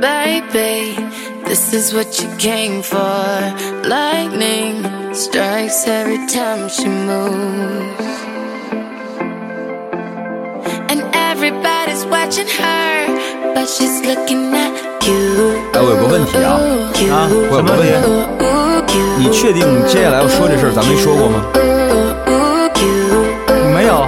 Baby, this is what you came for. Lightning strikes every time she moves. And everybody's watching her, but she's looking at you. 哎我有个问题啊啊我有个问题，题你确定接下来要说这事儿咱没说过吗？没有，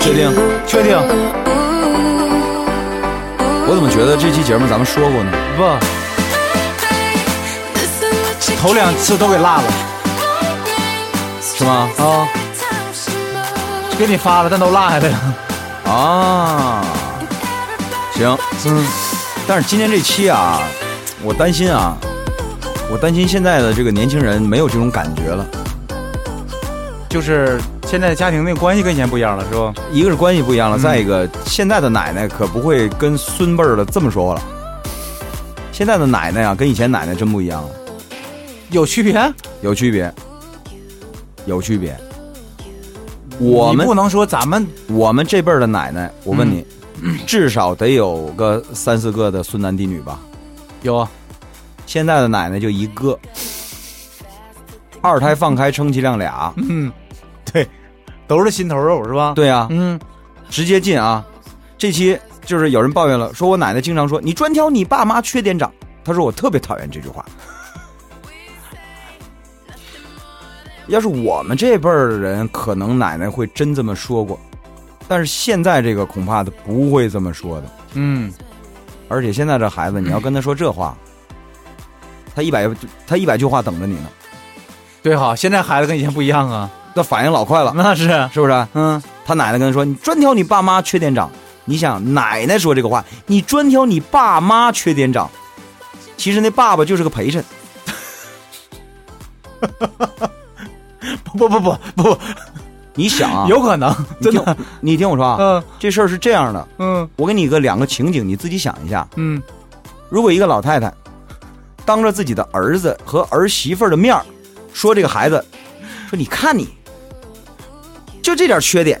确定？确定我怎么觉得这期节目咱们说过呢？不？头两次都给落了是吗？啊，给你发了，但都落下来了。啊，行，嗯，但是今天这期啊，我担心啊，我担心现在的这个年轻人没有这种感觉了。就是现在家庭那个关系跟以前不一样了，是不？一个是关系不一样了，嗯再一个现在的奶奶可不会跟孙辈儿的这么说话了。现在的奶奶啊，跟以前奶奶真不一样了，有区别？啊有区别，有区别。我你们不能嗯说咱们我们这辈儿的奶奶，我问你，至少得有个三四个的孙男弟女吧？有啊，现在的奶奶就一个，二胎放开充其量俩。嗯，对，都是心头肉，是吧？，对啊，嗯，直接进啊！这期就是有人抱怨了，说我奶奶经常说你专挑你爸妈缺点长，她说我特别讨厌这句话。 要是我们这辈儿的人，可能奶奶会真这么说过，但是现在这个恐怕她不会这么说的。嗯，而且现在这孩子，你要跟他说这话，他一百他一百句话等着你呢，对哈，现在孩子跟以前不一样啊，那反应老快了，那是，是不啊是？嗯，他奶奶跟他说：“你专挑你爸妈缺点长。”你想，奶奶说这个话，你专挑你爸妈缺点长，其实那爸爸就是个陪衬。不不不不不，你想啊，有可能，你真听的，你听我说啊，嗯这事儿是这样的，嗯我给你个两个情景，你自己想一下。嗯，如果一个老太太当着自己的儿子和儿媳妇儿的面儿说这个孩子，说你看你，就这点缺点，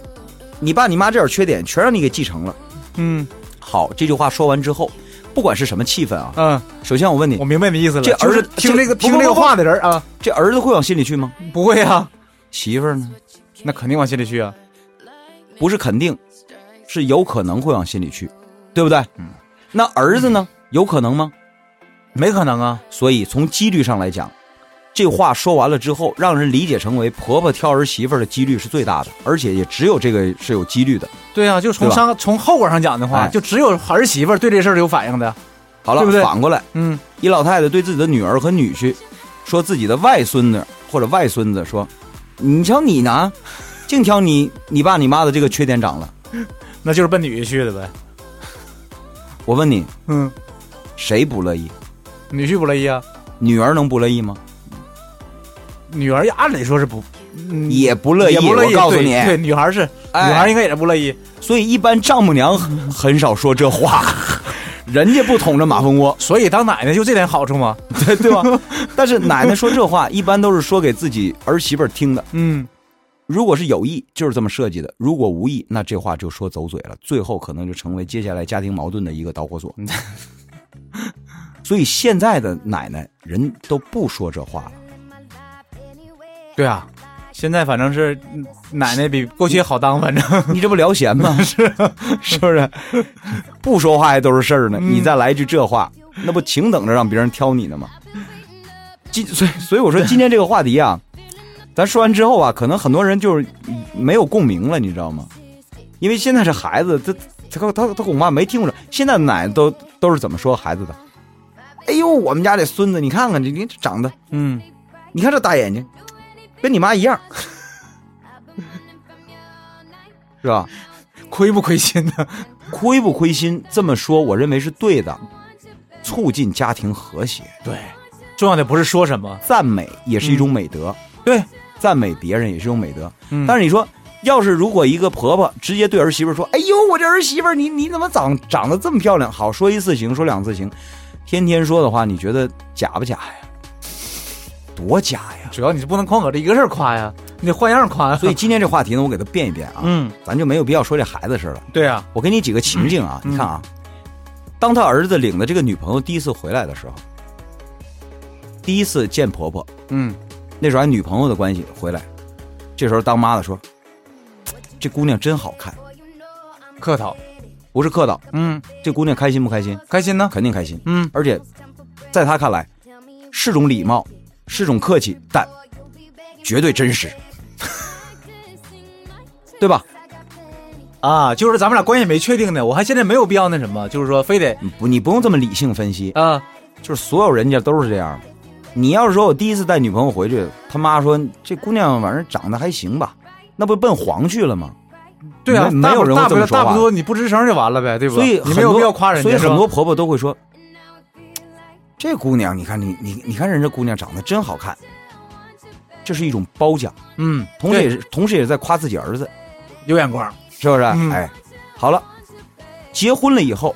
你爸你妈这点缺点全让你给继承了。嗯好，这句话说完之后，不管是什么气氛啊，嗯，首先我问你我，明白你意思了，这就是儿子听这这个不听这不个不话的人啊，这儿子会往心里去吗？不会啊，媳妇儿呢？那肯定往心里去啊，不是肯定，是有可能会往心里去，对不对？嗯。那儿子呢？有可能吗？没可能啊，所以从几率上来讲，这话说完了之后，让人理解成为婆婆挑儿媳妇儿的几率是最大的，而且也只有这个是有几率的。对啊，就从对吧商从后果上讲的话，哎就只有儿媳妇儿对这事儿有反应的，好了，对不对反过来，嗯一老太太对自己的女儿和女婿，说自己的外孙女或者外孙子说：“你瞧你呢，净挑你你爸你妈的这个缺点长了。那就是奔女婿去的呗，”我问你，嗯，谁不乐意？女婿不乐意啊，女儿能不乐意吗？女儿按理说是不，嗯也不乐意。也不乐意，我告诉对你，对，女孩是，哎女孩应该也是不乐意，所以一般丈母娘很很少说这话，人家不捅着马蜂 窝，所以当奶奶就这点好处嘛，对对吧？但是奶奶说这话一般都是说给自己儿媳妇儿听的。嗯，如果是有意，就是这么设计的；如果无意，那这话就说走嘴了，最后可能就成为接下来家庭矛盾的一个导火 索。所以现在的奶奶人都不说这话了。对啊，现在反正是嗯奶奶比过去好当，反正你这不聊闲吗？是、是不是？不说话还都是事儿呢，你再来一句这话，那不请等着让别人挑你呢吗？今所以所以我说今天这个话题啊，咱说完之后啊，可能很多人就是没有共鸣了，你知道吗？因为现在这孩子，他他他他恐怕没听过这，现在的奶奶都都是怎么说孩子的？哎呦，我们家这孙子，你看看这你这长得，嗯，你看这大眼睛，跟你妈一样， 是吧？亏不亏心呢？亏不亏心？这么说，我认为是对的，促进家庭和谐，对，重要的不是说什么，赞美也是一种美德，对，赞美别人也是一种美德。嗯但是你说，要是如果一个婆婆直接对儿媳妇说：“哎呦，我这儿媳妇儿，你你怎么长长得这么漂亮？”好说一次行，说两次行，天天说的话，你觉得假不假呀？多假呀！主要你不能光搁这一个事儿夸呀，你得换样儿夸呀，所以今天这话题呢，我给它变一变啊，嗯，咱就没有必要说这孩子事儿了。对啊，我给你几个情境啊，嗯你看啊，当他儿子领的这个女朋友第一次回来的时候，第一次见婆婆，嗯，那时候还女朋友的关系回来，这时候当妈的说：“这姑娘真好看。客套，”不是客套，嗯，这姑娘开心不开心？开心呢，肯定开心。嗯，而且，在他看来，是种礼貌，是种客气，但绝对真实，对吧？啊，就是咱们俩关系没确定呢，我还现在没有必要那什么，就是说非得你嗯不，你不用这么理性分析，啊，就是所有人家都是这样的。你要是说我第一次带女朋友回去，他妈说这姑娘反正长得还行吧，那不奔黄去了吗？对啊，没没有人大不会这了么说大话不多你不吱声就完了呗，对吧？所以你很没有多必要夸人家，所以是吧很多婆婆都会说，这姑娘，你看你你你看人家姑娘长得真好看，这是一种褒奖，嗯，同时对也是同时也是在夸自己儿子，有眼光，是不是？嗯哎，好了，结婚了以后，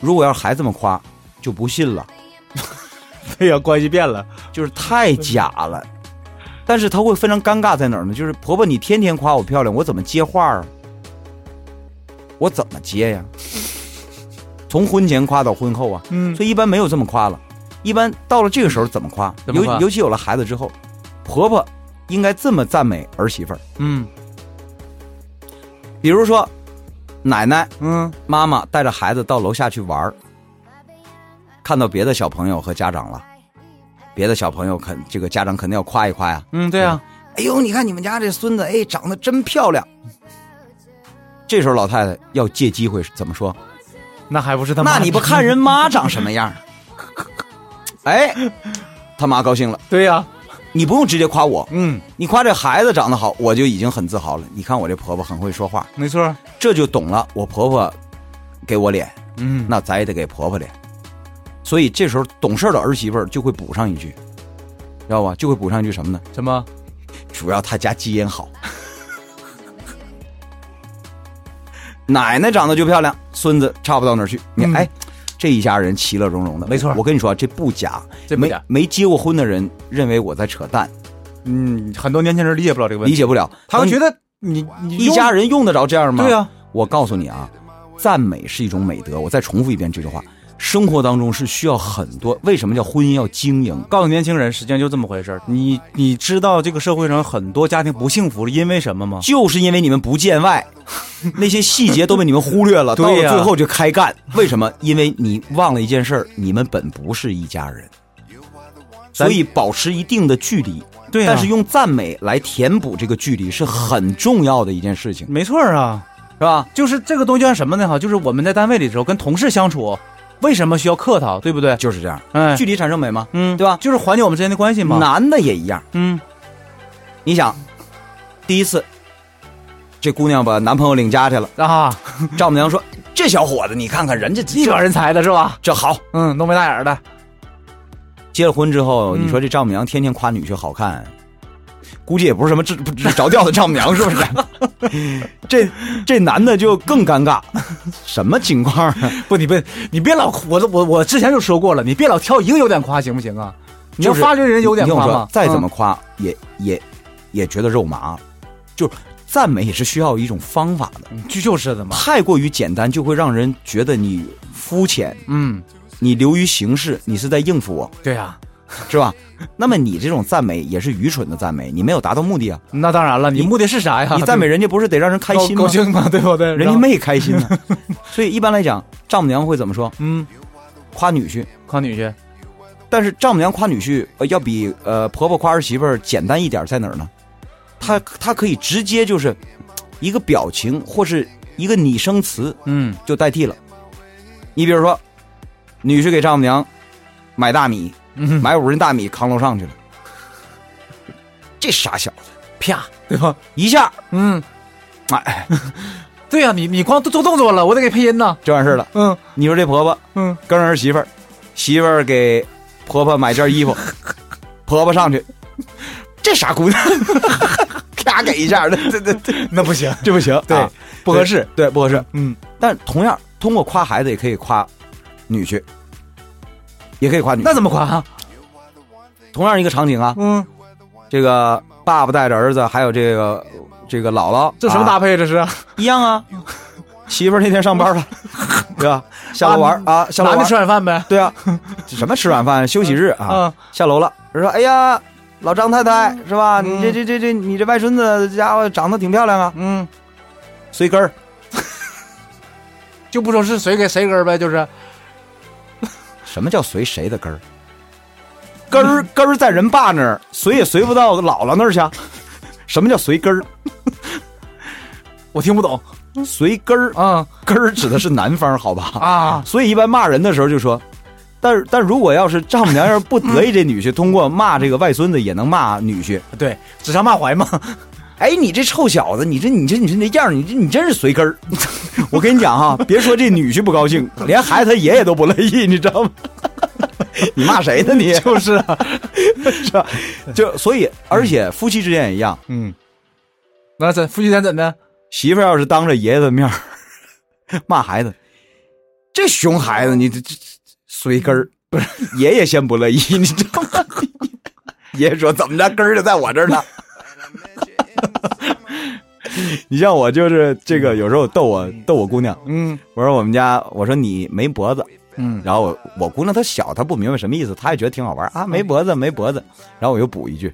如果要是还这么夸，就不信了， 对呀，关系变了，就是太假了。但是她会非常尴尬在哪儿呢？就是婆婆，你天天夸我漂亮，我怎么接话啊？我怎么接呀？从婚前夸到婚后啊，嗯所以一般没有这么夸了。一般到了这个时候怎么夸？怎么夸尤尤其有了孩子之后，婆婆应该这么赞美儿媳妇儿，嗯比如说，奶奶、嗯，妈妈带着孩子到楼下去玩儿，看到别的小朋友和家长了，别的小朋友肯这个家长肯定要夸一夸呀。嗯，对啊，哎呦，你看你们家这孙子，哎，长得真漂亮。这时候老太太要借机会怎么说？那还不是他妈？那你不看人妈长什么 样儿？哎，他妈高兴了。对呀，你不用直接夸我，嗯，你夸这孩子长得好，我就已经很自豪了。你看我这婆婆很会说话，没错，这就懂了。我婆婆给我脸，嗯，那咱也得给婆婆脸。所以这时候懂事儿的儿媳妇儿就会补上一句，知道吧？就会补上一句什么呢？什么？主要她家基因好， 奶奶长得就漂亮，孙子差不到哪儿去。你看嗯哎，这一家人其乐融融的，没错我跟你说啊，这不假，这不假没没结过婚的人认为我在扯淡，嗯，很多年轻人理解嗯不了这个问理题，解不了。他会觉得得你你一家人用得着这样吗？对啊，我告诉你啊，赞美是一种美德。我再重复一遍这句话：生活当中是需要很多。为什么叫婚姻要经营？告诉年轻人，实际上就这么回事儿。你你知道这个社会上很多家庭不幸福是因为什么吗？就是因为你们不见外， 那些细节都被你们忽略了，对到了呀最后就开干。为什么？因为你忘了一件事儿，你们本不是一家人，咱所以保持一定的距离。对啊但是用赞美来填补这个距离是很重要的一件事情，没错儿啊，是吧？就是这个东西像什么呢？哈，就是我们在单位里的时候跟同事相处，为什么需要客套，对不对？就是这样，哎，距离产生美吗？嗯，对吧就是缓解我们之间的关系嘛。男的也一样，嗯，你想，第一次，这姑娘把男朋友领家去了，啊，丈母娘说：“这小伙子，你看看人家一表人才的是吧？这好。嗯，浓眉大眼儿的，”结了婚之后，嗯你说这丈母娘天天夸女婿好看，估计也不是什么治不治着调的丈母娘，是不是？ 这这男的就更尴尬，什么情况啊？不，你别你别老我我我之前就说过了，你别老挑一个优点夸行不行啊？你要就是发掘人优点你听我夸嗯说嘛，再怎么夸、也也也觉得肉麻，就是赞美也是需要一种方法的，嗯就就是的嘛。太过于简单就会让人觉得你肤浅，嗯，你流于形式，你是在应付我，对啊呀、是吧？那么你这种赞美也是愚蠢的赞美，你没有达到目的 啊！那当然了，你目的是啥呀？你赞美人家不是得让人开高心吗啊高？兴嘛，对不对？人家没开心呢、所以一般来讲，丈母娘会怎么说？嗯，夸女婿。夸女婿，但是丈母娘夸女婿，呃，要比呃婆婆夸儿媳妇儿简单一点，在哪儿呢？她她可以直接就是一个表情或是一个拟声词嗯，就代替了。你比如说，女婿给丈母娘买大米，嗯买五斤大米扛楼上去了。这傻小子啪，对吧？一下，嗯，哎， 对呀、你你光做动作了，我得给配音呢。就完事儿了。嗯你说这婆婆嗯，跟儿媳妇儿，媳妇儿给婆婆买件衣服，婆婆上去，这傻姑娘， 咔给一下，这这这这那不行，这不行，对啊不合适，对，不合适。嗯，但同样，通过夸孩子也可以夸女婿，也可以夸女婿。那怎么夸啊？同样一个场景啊，嗯，这个爸爸带着儿子，还有这个这个姥姥，这什么啊 搭配？这是？ 一样啊。媳妇儿那天上班了，对吧？下楼玩啊，下楼男的玩吃。晚饭呗。对啊，什么吃晚饭、休息日啊嗯，下楼了。人说：“哎呀，老张太太是吧？你这嗯这这这，你这外孙子家伙长得挺漂亮啊，嗯，随根儿。就不说是谁给谁根儿呗，就是什么叫随谁的根儿？根儿根儿在人爸那儿，随也随不到姥姥那儿去啊。什么叫随根儿？ 我听不懂随根儿，啊根儿指的是南方，好吧？啊，所以一般骂人的时候就说，但是但如果要是丈母娘要是不得意这女婿，通过骂这个外孙子也能骂女婿。对，指桑骂槐 嘛。哎，你这臭小子，你这你这你这那样儿，你这你真是随根儿。 我跟你讲哈，别说这女婿不高兴，连孩子他爷爷都不乐意，你知道吗？ 你骂谁呢你？ 就是啊，是吧？就所以，而且夫妻之间也一样，嗯， 那怎夫妻咱怎的？ 媳妇儿要是当着爷爷的面儿 骂孩子，这熊孩子，你这这这随根儿，不是爷爷先不乐意，你知道吗？ 爷爷说怎么着，根儿就在我这儿呢。 你像我就是这个，有时候逗我逗我姑娘，嗯我说我们家，我说你没脖子，嗯，然后我我姑娘她小，她不明白什么意思，她也觉得挺好玩啊，没脖子没脖子。然后我又补一句，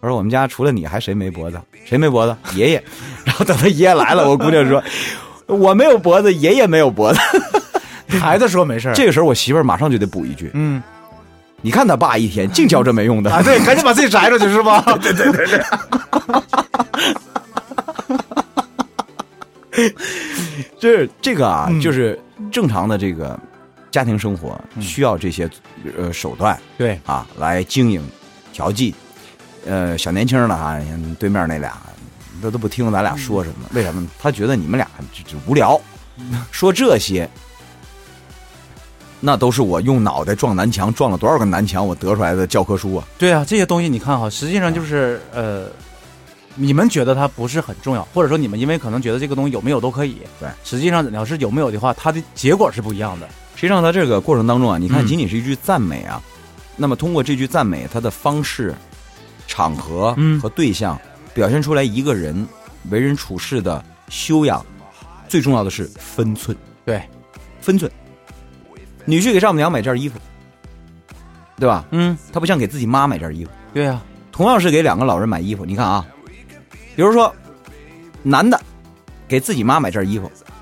我说我们家除了你还谁没脖子？谁没脖子？爷爷。然后等他爷爷来了，我姑娘说我没有脖子，爷爷没有脖子。孩子说没事儿，这个时候我媳妇儿马上就得补一句，嗯你看他爸一天净教这没用的 啊，对，赶紧把自己摘出去是吧？ 对对对对，这这个啊，嗯就是正常的这个家庭生活需要这些呃手段对，啊来经营调剂。呃，小年轻儿了哈，你看对面那俩他都不听咱俩说什么，为什么呢？他觉得你们俩这这无聊，说这些。那都是我用脑袋撞南墙，撞了多少个南墙，我得出来的教科书啊！对啊，这些东西你看哈，实际上就是呃，你们觉得它不是很重要，或者说你们因为可能觉得这个东西有没有都可以，对实际上你要是有没有的话，它的结果是不一样的。实际上，在这个过程当中啊，你看，嗯仅仅是一句赞美啊，那么通过这句赞美，它的方式、场合嗯和对象，表现出来一个人为人处事的修养，最重要的是分寸。对，分寸。女婿给丈母娘买件衣服，对吧？嗯，他不像给自己妈买件衣服。对啊，同样是给两个老人买衣服，你看啊，比如说男的给自己妈买件衣服，嗯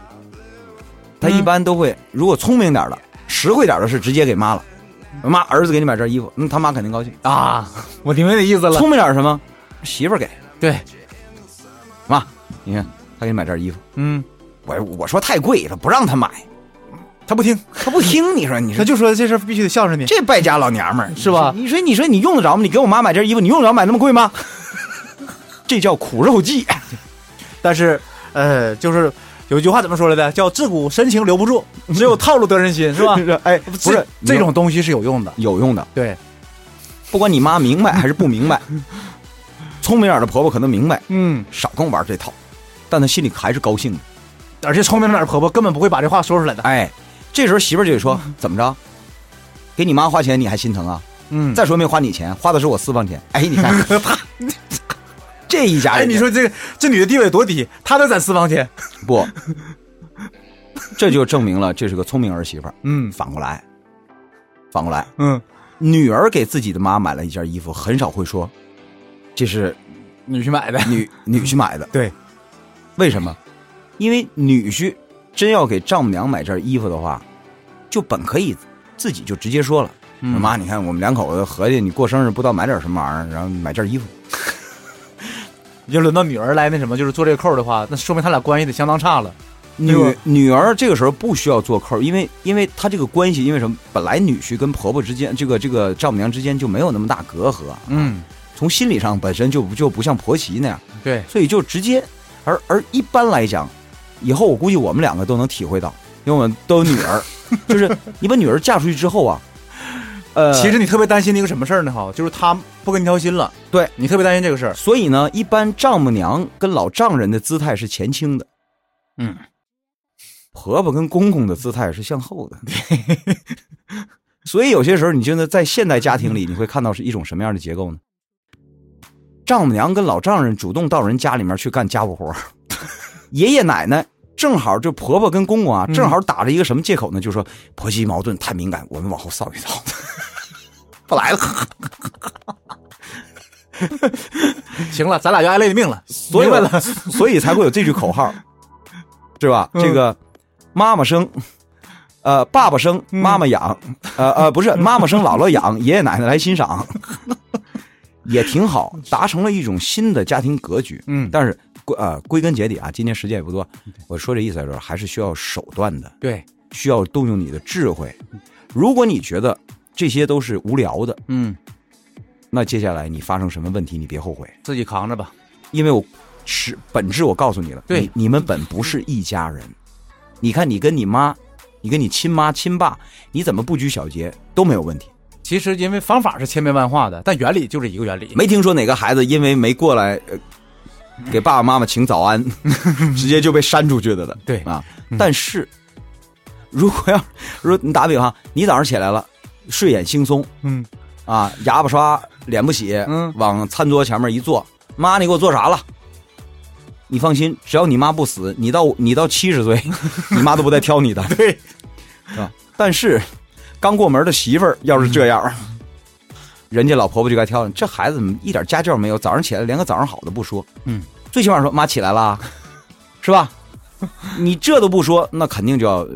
他一般都会，如果聪明点的、实惠点的是直接给妈了。妈，儿子给你买件衣服，那、他妈肯定高兴。啊，我明白你的意思了。聪明点是什么？媳妇儿给对，妈，你看他给你买件衣服，嗯，我我说太贵了，不让他买，他不听，他不听。你说你他说就说这事儿必须得孝顺你。这败家老娘们儿是吧你说你说你用得着吗？你给我妈买件衣服，你用得着买那么贵吗？ 这叫苦肉计。但是，呃，就是有一句话怎么说来的？叫“自古深情留不 住，只有套路得人心”，是吧？吧？哎，不是这你种东西是有用的。有用的，对，不管你妈明白还是不明 白，聪明点的婆婆可能明白，嗯，少跟我玩这套，但她心里还是高兴的。而且聪明点儿婆婆根本不会把这话说出来的。哎，这时候媳妇儿就得说：“怎么着，给你妈花钱你还心疼啊？嗯，再说没花你钱，花的是我私房钱。”哎，你 看，啪，这一家哎，人，你说这个这女的地位多低，她都攒私房钱。不？这就证明了这是个聪明儿媳妇儿。嗯反过来，反过来，嗯，女儿给自己的妈买了一件衣服，很少会说这是女婿买的。女女婿买的。对，为什么？因为女婿真要给丈母娘买件衣服的话，就本可以自己就直接说了：“嗯妈，你看我们两口子合计，你过生日不知道买点什么玩意儿，然后买件衣服。要轮到女儿来那什么，就是做这个扣儿的话，那说明他俩关系得相当差了。女对吧女儿这个时候不需要做扣，因为因为她这个关系，因为什么？本来女婿跟婆婆之间，这个这个丈母娘之间就没有那么大隔阂，嗯，从心理上本身就不就不像婆媳那样，对，所以就直接，而而一般来讲，以后我估计我们两个都能体会到，因为我们都有女 儿，就是你把女儿嫁出去之后啊，呃，其实你特别担心的一个什么事儿呢？哈，就是他不跟你交心了。对你特别担心这个事儿。所以呢，一般丈母娘跟老丈人的姿态是前倾的，嗯，婆婆跟公公的姿态是向后的， 所以有些时候你觉得在现代家庭里，你会看到是一种什么样的结构呢？ 丈母娘跟老丈人主动到人家里面去干家务活儿，爷爷奶奶。正好这婆婆跟公公啊，嗯正好打着一个什么借口呢？就说婆媳矛盾太敏感，我们往后扫一扫，不来了。 行了，咱俩就挨累命了。所以明白了，所以才会有这句口号，是吧？嗯这个妈妈生，呃，爸爸生，嗯妈妈养，呃呃，不是妈妈生，姥姥养，爷爷奶奶来欣 赏，也挺好，达成了一种新的家庭格局。嗯但是归呃归根结底啊，今天时间也不多，我说这意思来说，还是需要手段的，对，需要动用你的智慧。如果你觉得这些都是无聊的，嗯，那接下来你发生什么问题，你别后悔。自己扛着吧。因为我是本质，我告诉你了，对你，你们本不是一家人。你看，你跟你妈，你跟你亲妈、亲爸，你怎么不拘小节都没有问题。其实因为方法是千变万化的，但原理就是一个原理。没听说哪个孩子因为没过来，呃、给爸爸妈妈请早 安，直接就被删出去的了。对啊，但是如果要，如果你打比方，你早上起来了，睡眼惺忪嗯啊，牙不刷，脸不洗，嗯往餐桌前面一坐，妈，你给我做啥了？你放心，只要你妈不死，你到你到七十岁， 你妈都不带挑你的。对，啊，但是刚过门的媳妇儿要是这样，人家老婆婆就该挑你。这孩子怎么一点家教没有？早上起来连个早上好都不说，嗯，最起码说妈起来啦，是 吧？你这都不说，那肯定就要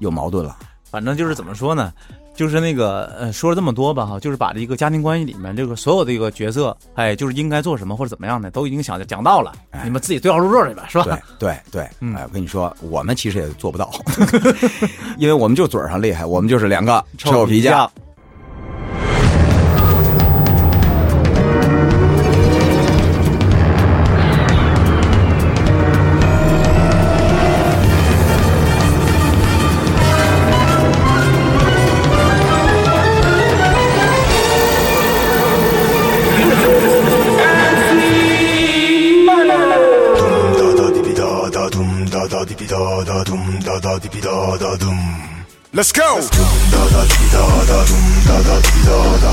有矛盾了。反正就是怎么说呢，就是那个呃，说了这么多吧哈，就是把这一个家庭关系里面这个所有的一个角色，哎，就是应该做什么或者怎么样的，都已经想讲到了，你们自己对号入座去吧，是哎对 吧？对对，嗯哎，我跟你说，我们其实也做不到， 因为我们就嘴儿上厉害，我们就是两个臭皮匠。 Dum da da di bi da da dum da da di bi da da dum da da di bi da da dum. Let's go. Dum da da di bi da da dum da da di bi da da